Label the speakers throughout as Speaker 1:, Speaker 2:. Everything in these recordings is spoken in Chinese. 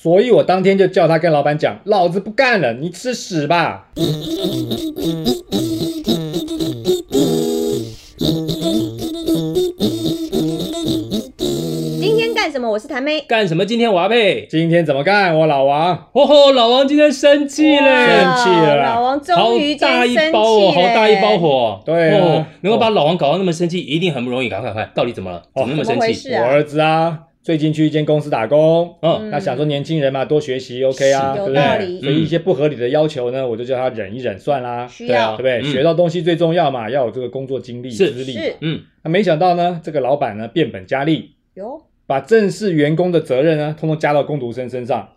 Speaker 1: 所以我当天就叫他跟老板讲，老子不干了，你吃屎吧！
Speaker 2: 今天干什么？我是谭妹。
Speaker 3: 干什么？今天我要配。
Speaker 1: 今天怎么干？我老王
Speaker 3: 哦吼，老王今天生气嘞，
Speaker 1: 生气了啦
Speaker 2: 老王
Speaker 3: 好
Speaker 2: 终于今
Speaker 3: 大
Speaker 2: 天
Speaker 3: 一
Speaker 2: 生
Speaker 3: 包哦，
Speaker 2: 气
Speaker 3: 好大一包火哦。
Speaker 1: 对啊
Speaker 3: 哦，能够把老王搞到那么生气，一定很不容易。赶快快，到底怎么
Speaker 1: 哦
Speaker 3: 了？怎么那么
Speaker 2: 怎
Speaker 3: 生
Speaker 2: 么回
Speaker 3: 气？
Speaker 2: 事啊
Speaker 1: 我？儿子啊，最近去一间公司打工，
Speaker 3: 嗯，
Speaker 1: 他想说年轻人嘛，多学习，OK 啊，
Speaker 2: 是
Speaker 1: 对不
Speaker 2: 有道
Speaker 1: 对？
Speaker 2: 理
Speaker 1: 所以一些不合理的要求呢，我就叫他忍一忍算啦，
Speaker 2: 需
Speaker 3: 对啊
Speaker 1: 对
Speaker 2: 要
Speaker 1: 不对？
Speaker 3: 嗯
Speaker 1: 学到东西最重要嘛，要有这个工作经历、资
Speaker 3: 是
Speaker 1: 历。
Speaker 2: 是
Speaker 3: 嗯，
Speaker 1: 那没想到呢，这个老板呢变本加厉，
Speaker 2: 哟，
Speaker 1: 把正式员工的责任呢，通通加到工读生身上，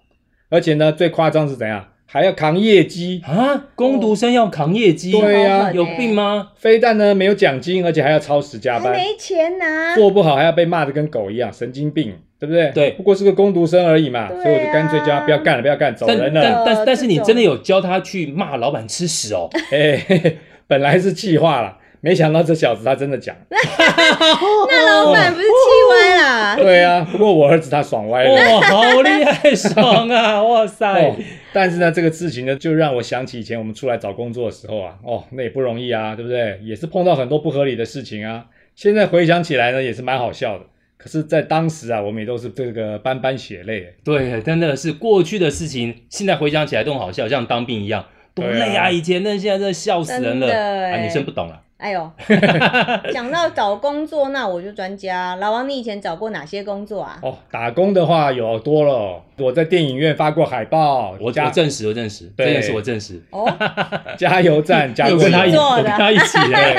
Speaker 1: 而且呢，最夸张是怎样，还要扛业绩，
Speaker 3: 啊，工读生要扛业绩，
Speaker 1: 对啊呀
Speaker 2: 好狠欸
Speaker 3: 有病？吗？
Speaker 1: 非但呢没有奖金，而且还要超时加
Speaker 2: 还
Speaker 1: 班，
Speaker 2: 没钱 拿，
Speaker 1: 做不好还要被骂的跟狗一样， 神经病，对不对？
Speaker 3: 对
Speaker 1: 不过是个工读生而已嘛，
Speaker 2: 对啊
Speaker 1: 所以我就干脆叫他不要干了，不要干，走
Speaker 3: 但
Speaker 1: 啊人 了。
Speaker 3: 但但但是你
Speaker 2: 哦这种
Speaker 3: 真的有教他去骂老板吃屎哦？
Speaker 1: 哎、嘿嘿 本来是气话啦，没想到这小子他真的讲。
Speaker 2: 那老板不是气歪
Speaker 3: 哦
Speaker 2: 啦？
Speaker 1: 对啊，不过我儿子他爽歪了。
Speaker 3: 哇，好厉害，爽啊！哇
Speaker 1: 哎哦
Speaker 3: 塞，，
Speaker 1: 但是呢，这个事情呢，就让我想起以前我们出来找工作的时候啊，哦，那也不容易啊，对不对？也是碰到很多不合理的事情啊。现在回想起来呢，也是蛮好笑的。可是，在当时啊，我们也都是这个斑斑血泪。啊
Speaker 3: 对，真的是过去的事情，现在回想起来都很好笑，像当兵一样，多累
Speaker 1: 对
Speaker 3: 啊！
Speaker 1: 啊
Speaker 3: 以前那现在真的笑死人了，
Speaker 2: 真的
Speaker 3: 啊，
Speaker 2: 欸
Speaker 3: 女生不懂了。
Speaker 2: 哎 呦，讲到找工作，那我就专家。老王，你以前找过哪些工作啊？
Speaker 1: 哦，打工的话有多了哦，我在电影院发过海报，
Speaker 3: 我
Speaker 1: 加
Speaker 3: 我证实，我证实，
Speaker 1: 对
Speaker 3: 这件事我证实。
Speaker 2: 哦
Speaker 1: 加油 站加
Speaker 3: 我
Speaker 1: 过
Speaker 3: 跟他 一起，
Speaker 1: 油，
Speaker 2: 做的
Speaker 3: 我跟他一起 嘞。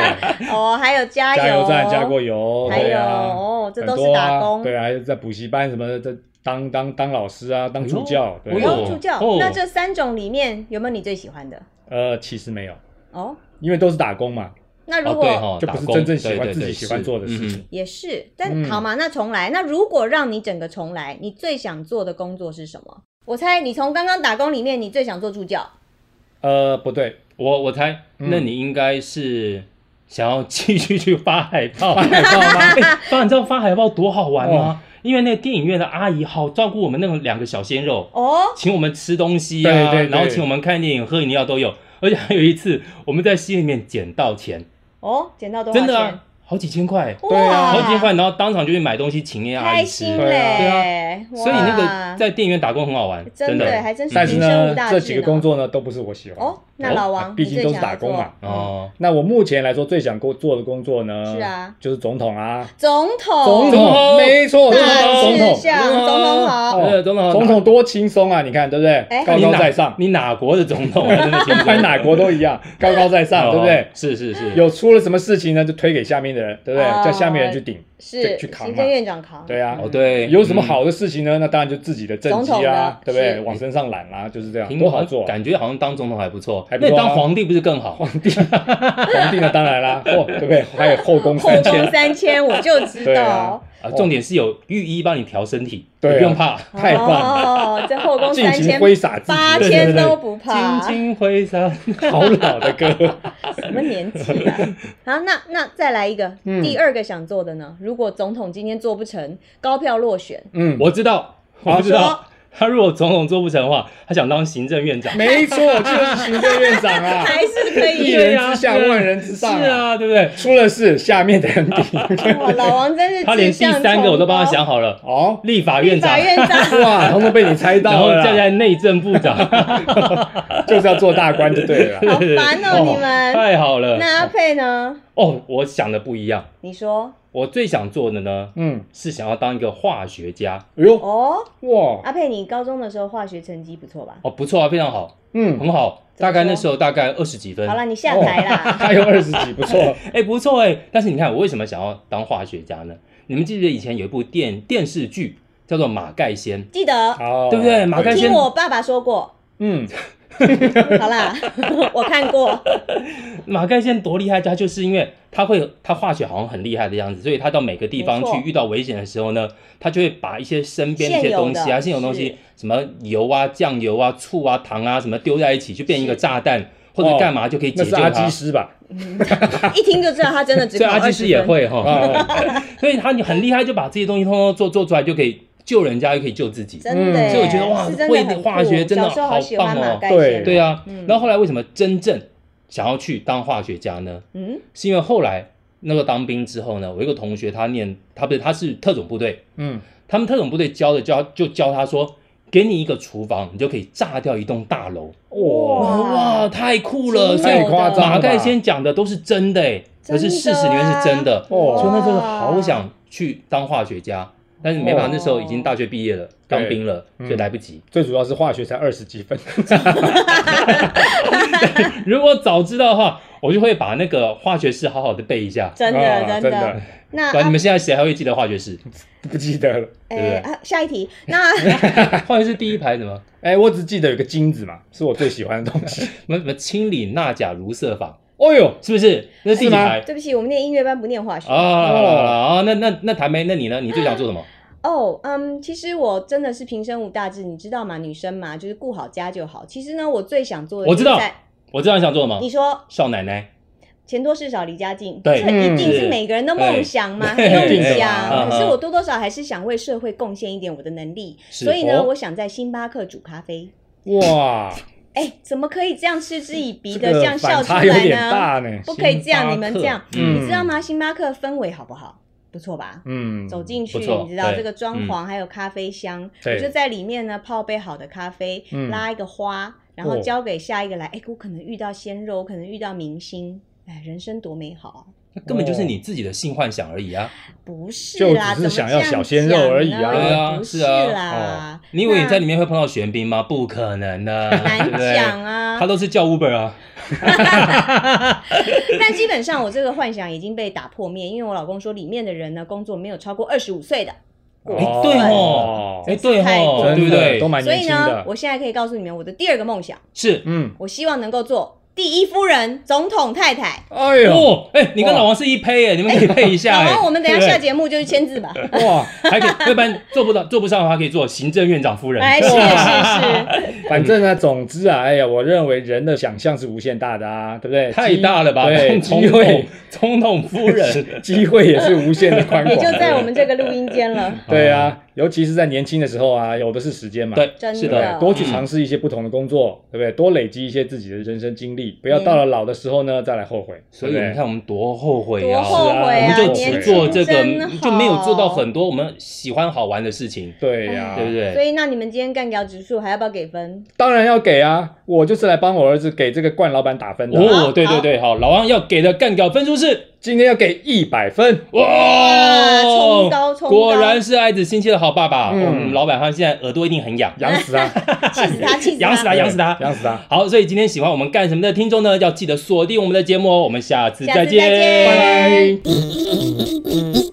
Speaker 2: 哦，还有加油，
Speaker 1: 加油站加过油，
Speaker 2: 还
Speaker 1: 对
Speaker 2: 有
Speaker 1: 啊
Speaker 2: 哦，这
Speaker 1: 很
Speaker 2: 都是
Speaker 1: 多
Speaker 2: 打
Speaker 1: 啊，
Speaker 2: 工。
Speaker 1: 对啊，还有在补习班什么的，在当当当老师啊，当助教，
Speaker 3: 哎
Speaker 1: 对
Speaker 3: 呦
Speaker 1: 啊，
Speaker 2: 然后助教
Speaker 3: 哦，
Speaker 2: 那这三种里面有没有你最喜欢的？
Speaker 1: 呃，其实没有，
Speaker 2: 哦，
Speaker 1: 因为都是打工嘛，
Speaker 2: 那如
Speaker 3: 哦，对
Speaker 2: 果
Speaker 3: 哈，
Speaker 1: 就不是
Speaker 3: 打工
Speaker 1: 真正喜
Speaker 3: 对
Speaker 1: 欢
Speaker 3: 对
Speaker 1: 自己
Speaker 3: 对
Speaker 1: 喜欢
Speaker 3: 是
Speaker 1: 做的事
Speaker 3: 嗯
Speaker 1: 情
Speaker 2: 也是，但
Speaker 1: 嗯
Speaker 2: 好嘛，那重来。那如果让你整个重来，你最想做的工作是什么？我猜你从刚刚打工里面，你最想做助教。
Speaker 1: 呃，不对，
Speaker 3: 我我猜，
Speaker 1: 嗯
Speaker 3: 那你应该是想要继续去发海 报，
Speaker 1: 发海报 吗？
Speaker 3: 哎发你知道发海报多好玩
Speaker 1: 哦
Speaker 3: 吗？因为那个电影院的阿姨好照顾我们那种两个小鲜肉，
Speaker 2: 哦，
Speaker 3: 请我们吃东西
Speaker 1: 对
Speaker 3: 啊，
Speaker 1: 对对
Speaker 3: 然后请我们看电影、喝饮料都有。而且还有一次，我们在戏里面捡到钱，
Speaker 2: 哦，捡到多少
Speaker 3: 真
Speaker 2: 钱？
Speaker 3: 的啊，好几千块，
Speaker 1: 对啊
Speaker 2: 哇
Speaker 3: 好几千，块，然后当场就去买东西请那些阿
Speaker 2: 开
Speaker 3: 姨吃
Speaker 2: 心。
Speaker 1: 对啊
Speaker 2: 嘞！哇
Speaker 3: 所以那个在电影院打工很好玩，
Speaker 2: 真
Speaker 3: 的。
Speaker 2: 的还真是
Speaker 1: 但是
Speaker 2: 平生
Speaker 1: 呢
Speaker 2: 无大，志
Speaker 1: 这几个工作呢都不是我喜欢
Speaker 2: 哦
Speaker 1: 的，，
Speaker 2: 那老王，
Speaker 1: 毕竟都是打工嘛。
Speaker 3: 哦，
Speaker 1: 那我目前来说最想过做的工作呢，
Speaker 2: 是啊，
Speaker 1: 就是总统啊，
Speaker 2: 总统，
Speaker 1: 总统，没错，就是当总
Speaker 2: 大
Speaker 1: 统
Speaker 2: 事。项，总统好。
Speaker 3: 呃，总统好，
Speaker 1: 哦总统多轻松啊！你看，对不对
Speaker 2: 哎？
Speaker 1: 高高在上，
Speaker 3: 你哪国的总 统啊？这么
Speaker 1: 不
Speaker 3: 轻松
Speaker 1: 管哪国都一样，高高在上，对不对
Speaker 3: 哦？是是是，
Speaker 1: 有出了什么事情呢，就推给下面的人，对不对？
Speaker 2: 哦
Speaker 1: 叫下面人去顶。
Speaker 2: 是
Speaker 1: 去扛
Speaker 2: 行
Speaker 1: 嘛
Speaker 2: 政院长扛，
Speaker 1: 对啊
Speaker 3: 哦对，
Speaker 1: 有什么
Speaker 3: 嗯？
Speaker 1: 好的事情呢？那当然就自己的政绩
Speaker 2: 总统
Speaker 1: 啊对
Speaker 2: 的，
Speaker 1: 不对？
Speaker 2: 是
Speaker 1: 往身上揽啊，就是这样，
Speaker 3: 挺
Speaker 1: 多好做啊。
Speaker 3: 感觉好像当总统还不错，
Speaker 1: 还不错啊
Speaker 3: 那当皇帝不是更好？
Speaker 1: 皇帝呢，当然 啦，哦，对不对？还有后宫
Speaker 2: 后
Speaker 1: 三
Speaker 2: 宫
Speaker 1: 千，
Speaker 2: 三千，我就知
Speaker 1: 对
Speaker 2: 道
Speaker 1: 啊。
Speaker 3: 啊，重点是有御医帮你调身体，
Speaker 1: 对啊
Speaker 3: 你不用怕。
Speaker 1: 太棒了，
Speaker 2: 哦，这后宫
Speaker 1: 尽
Speaker 2: 三
Speaker 1: 情
Speaker 2: 千
Speaker 1: 挥洒自
Speaker 2: 八
Speaker 1: 己，
Speaker 2: 千都 不怕，
Speaker 3: 轻轻挥洒，
Speaker 1: 好老的歌。
Speaker 2: 什么年纪啊？好，那那再来一个，
Speaker 1: 嗯
Speaker 2: 第二个想做的呢？如果总统今天做不成，高票落选，
Speaker 1: 嗯，
Speaker 3: 我知道，我知
Speaker 2: 说
Speaker 3: 道。他如果总统做不成的话，他想当行政院长。
Speaker 1: 没错，就是行政院长 啊，
Speaker 2: 还是可
Speaker 1: 一
Speaker 2: 以。
Speaker 1: 人之下
Speaker 3: 对啊
Speaker 1: 万人之上啊
Speaker 3: 是啊，对不对？
Speaker 1: 出了事，下面的人顶。
Speaker 2: 哇，哦老王真是
Speaker 3: 他连
Speaker 2: 志
Speaker 3: 第
Speaker 2: 向
Speaker 3: 三个我都帮他
Speaker 2: 崇
Speaker 3: 想好了，
Speaker 1: 哦，
Speaker 3: 立法
Speaker 2: 高，
Speaker 3: 院
Speaker 2: 立
Speaker 3: 长
Speaker 2: 法，院 长。
Speaker 1: 哇，通通被你猜
Speaker 3: 然
Speaker 1: 到
Speaker 3: 后
Speaker 1: 了
Speaker 3: 再
Speaker 1: 啦，
Speaker 3: 来内政部 长，
Speaker 1: 就是要做大官就对了啦。
Speaker 2: 好烦哦，你们。
Speaker 3: 太好了。
Speaker 2: 那阿佩呢？
Speaker 3: 哦，我想的不一样，
Speaker 2: 你说
Speaker 3: 我最想做的呢
Speaker 1: 嗯，
Speaker 3: 是想要当一个化学家。
Speaker 1: 哎呦，
Speaker 2: 哦，
Speaker 1: 哇，
Speaker 2: 阿佩，你高中的时候化学成绩不错吧？
Speaker 3: 哦，不错啊，非常好，
Speaker 1: 嗯，
Speaker 3: 很好。
Speaker 2: 怎么
Speaker 3: 大概那
Speaker 2: 说
Speaker 3: 时候大概二十几分。
Speaker 2: 好了，你下台
Speaker 3: 哦
Speaker 2: 啦。
Speaker 1: 他有二十几，不错。
Speaker 3: 哎、不错哎、但是你看，我为什么想要当化学家呢？你们记不记得以前有一部电电视剧叫做《马盖先》？
Speaker 2: 记得
Speaker 1: 好，
Speaker 3: 对不对马盖先
Speaker 2: 听我爸爸说过。
Speaker 1: 嗯，
Speaker 2: 好 啦，我看过。
Speaker 3: 马盖先多厉害，他就是因为他会他化学好像很厉害的样子，所以他到每个地方
Speaker 2: 没错
Speaker 3: 去遇到危险的时候呢，他就会把一些身边的一
Speaker 2: 现
Speaker 3: 些
Speaker 2: 有的
Speaker 3: 东西啊、现有东
Speaker 2: 是
Speaker 3: 西，什么油啊、酱油啊、醋啊、糖啊，什么丢在一起，就变一个炸弹或者干嘛就可以解
Speaker 1: 哦那
Speaker 3: 救
Speaker 1: 是
Speaker 3: 他。
Speaker 1: 阿基师吧？
Speaker 2: 一听就知道他真的只
Speaker 3: 所以
Speaker 2: 考
Speaker 3: 阿
Speaker 2: 二
Speaker 3: 基
Speaker 2: 十
Speaker 3: 师也
Speaker 2: 分。
Speaker 3: 会哈。
Speaker 1: 啊，
Speaker 3: 所以他你很厉害，就把这些东西通通做做出来，就可以救人家又可以救自己。
Speaker 2: 真的耶，
Speaker 1: 嗯所以
Speaker 3: 我觉得哇
Speaker 2: 是真的
Speaker 3: 会
Speaker 2: 很
Speaker 3: 化学
Speaker 2: 酷
Speaker 3: 真的
Speaker 2: 小时候
Speaker 3: 好
Speaker 2: 喜欢
Speaker 3: 棒哦
Speaker 2: 马盖
Speaker 1: 对
Speaker 2: 先
Speaker 3: 对啊，
Speaker 2: 嗯
Speaker 3: 然后后来为什么真正想要去当化学家呢？
Speaker 2: 嗯，
Speaker 3: 是因为后来那个当兵之后呢，我一个同学他念他不是他是特种部队，
Speaker 1: 嗯，
Speaker 3: 他们特种部队教的教就教他说，给你一个厨房，你就可以炸掉一栋大楼。
Speaker 2: 哇
Speaker 1: 哇，
Speaker 3: 哇，太酷了！
Speaker 2: 真
Speaker 3: 所
Speaker 2: 的哦
Speaker 1: 太
Speaker 3: 以
Speaker 1: 夸张了吧，
Speaker 3: 马盖先讲的都是真的哎，可是事实里面是真的，
Speaker 1: 哦
Speaker 3: 所以那时候
Speaker 2: 哇
Speaker 3: 好想去当化学家，但是没办法
Speaker 2: 哦，
Speaker 3: 那时候已经大学毕业了，当兵了，
Speaker 1: 嗯
Speaker 3: 所以来不及。
Speaker 1: 最主要是化学才二十几分，
Speaker 3: 如果早知道的话，我就会把那个化学式好好的背一下。
Speaker 2: 真
Speaker 1: 啊
Speaker 2: 的真
Speaker 1: 真
Speaker 2: 的。那
Speaker 3: 不然你
Speaker 2: 啊
Speaker 3: 们现在谁还会记得化 学式？
Speaker 1: 不记得了。
Speaker 3: 对不对
Speaker 2: 哎啊，下一 题，那
Speaker 3: 化学式第一排什么？
Speaker 1: 哎，我只记得有个金子嘛，是我最喜欢的东 西。
Speaker 3: 什么什么清理钠钾如色法，哎
Speaker 1: 哦呦，
Speaker 3: 是不是？那是第
Speaker 1: 是
Speaker 3: 几
Speaker 1: 吗
Speaker 3: 排？
Speaker 2: 对不起，我们念音乐班不念化学
Speaker 3: 啊，。好了好了啊，那那那台妹，那你呢？你最想做什么？
Speaker 2: 哦，嗯，其实我真的是平生无大志，你知道吗？女生嘛，就是顾好家就好。其实呢，我最想做的
Speaker 3: 我
Speaker 2: 就是
Speaker 3: 知道
Speaker 2: 在
Speaker 3: 我知道你想做什么
Speaker 2: 你，说
Speaker 3: 少奶奶。
Speaker 2: 钱多事少离家近，
Speaker 3: 对
Speaker 2: 这一定
Speaker 3: 嗯
Speaker 2: 是每个人的梦想嘛，不
Speaker 3: 对
Speaker 1: 一定
Speaker 2: 用
Speaker 1: 的
Speaker 3: 嘛
Speaker 2: 讲。可是
Speaker 3: 嗯嗯
Speaker 2: 我多多少还是想为社会贡献一点我的能力，
Speaker 3: 是
Speaker 2: 所以呢，
Speaker 3: 哦
Speaker 2: 我想在星巴克煮咖啡。
Speaker 1: 哇，
Speaker 2: 哎，怎么可以这样嗤之以鼻
Speaker 1: 这
Speaker 2: 的这样
Speaker 1: 个
Speaker 2: 笑
Speaker 1: 反
Speaker 2: 出
Speaker 1: 差有
Speaker 2: 来
Speaker 1: 点
Speaker 2: 呢？
Speaker 1: 大呢。
Speaker 2: 不可以这样，你
Speaker 3: 星巴
Speaker 2: 们
Speaker 3: 克
Speaker 2: 这样，
Speaker 1: 嗯
Speaker 2: 你知道吗？星巴克氛围好不好？不错吧？
Speaker 1: 嗯，
Speaker 2: 走进去，
Speaker 3: 不错
Speaker 2: 你知道
Speaker 3: 对
Speaker 2: 这个装潢还有咖啡香，
Speaker 1: 对
Speaker 2: 我就在里面呢泡杯好的咖啡，
Speaker 1: 嗯
Speaker 2: 拉一个花，然后
Speaker 1: 哦
Speaker 2: 交给下一个来。哎、我可能遇到鲜肉，我可能遇到明星，哎，人生多美好啊！
Speaker 3: 那根本就是你自己的性幻想而已啊！
Speaker 2: 不是
Speaker 1: 就只是
Speaker 2: 啦，怎么
Speaker 1: 想要
Speaker 2: 这样
Speaker 1: 小鲜肉
Speaker 2: 讲
Speaker 1: 而已啊哦
Speaker 2: 呢
Speaker 3: 对啊
Speaker 2: 不
Speaker 3: 是
Speaker 2: 是
Speaker 3: 啊
Speaker 2: 啦，
Speaker 3: 你以为你在
Speaker 2: 那
Speaker 3: 里面会碰到玄彬吗？不可能的，对
Speaker 2: 难
Speaker 3: 不对
Speaker 2: 讲 啊
Speaker 3: 他。都是叫 Uber 啊。
Speaker 2: 但基本上我这个幻想已经被打破灭，因为我老公说里面的人呢，工作没有超过二十五岁的。
Speaker 3: 哎对哦哎，对哦，
Speaker 2: 太
Speaker 3: 对不对
Speaker 1: 都？蛮
Speaker 2: 所
Speaker 1: 年
Speaker 2: 以
Speaker 1: 轻
Speaker 2: 呢，
Speaker 1: 的。
Speaker 2: 我现在可以告诉你们我的第二个梦想，
Speaker 3: 是
Speaker 1: 嗯，
Speaker 2: 我希望能够做第一夫人、总统太太。
Speaker 1: 哎呦，
Speaker 3: 哦，哎，你跟
Speaker 1: 哇
Speaker 3: 老王是一配哎，你们可以配一下
Speaker 2: 老
Speaker 3: 哎。
Speaker 2: 王，我们等一下
Speaker 3: 对不对
Speaker 2: 下节目就去签字吧。
Speaker 1: 哇，
Speaker 3: 还可以，要不然做不到做不上的话，可以做行政院长夫人。
Speaker 2: 哎，是是是，
Speaker 1: 反正呢，总之啊，哎呀，我认为人的想象是无限大的啊，对不对？
Speaker 3: 太大了吧？
Speaker 1: 对，
Speaker 3: 总
Speaker 1: 机
Speaker 3: 统
Speaker 1: 会，
Speaker 3: 总统夫人
Speaker 1: 机会也是无限的宽
Speaker 2: 也
Speaker 1: 广。
Speaker 2: 就在我们这个录音间 了。
Speaker 1: 对啊，尤其是在年轻的时候啊，有的是时间嘛。
Speaker 3: 对，
Speaker 2: 真的
Speaker 3: 是
Speaker 1: 对
Speaker 3: 的，
Speaker 1: 多去尝试一些不同的工作，对不对？多累积一些自己的人生经历，不要到了老的时候呢再来后悔。
Speaker 3: 所以我们
Speaker 1: 对
Speaker 3: 看我们多后悔
Speaker 2: 多
Speaker 3: 啊！
Speaker 2: 后
Speaker 1: 是啊
Speaker 2: 悔
Speaker 3: 我
Speaker 2: 啊！
Speaker 3: 们就
Speaker 1: 年
Speaker 3: 只
Speaker 2: 轻
Speaker 3: 做这个
Speaker 2: 真，好
Speaker 3: 就没有做到很多我们喜欢好玩的事情，
Speaker 1: 不对对呀，
Speaker 3: 哎对不
Speaker 2: 所
Speaker 3: 对？
Speaker 2: 以，那你们今天干掉指数还要不要给 分？
Speaker 1: 当然要给啊，我就是来帮我儿子给这个冠老板打分的啊。
Speaker 3: 哦，对对对，好，老王要给的干掉分数是
Speaker 1: 今天要给一百分，
Speaker 2: 哇
Speaker 3: 哇，
Speaker 2: 冲高冲高
Speaker 3: 果然是爱子心切的好爸爸。
Speaker 1: 嗯
Speaker 3: 我们老板他现在耳朵一定很痒，
Speaker 1: 养死 他，
Speaker 2: 气死他，气死
Speaker 3: 痒死他，
Speaker 2: 他！
Speaker 3: 痒死他，
Speaker 1: 养死他。
Speaker 3: 好，所以今天喜欢我们干什么的听众呢，要记得锁定我们的节目哦。我们下次
Speaker 2: 下
Speaker 3: 再
Speaker 2: 次再见
Speaker 1: 拜拜。
Speaker 2: 嗯嗯嗯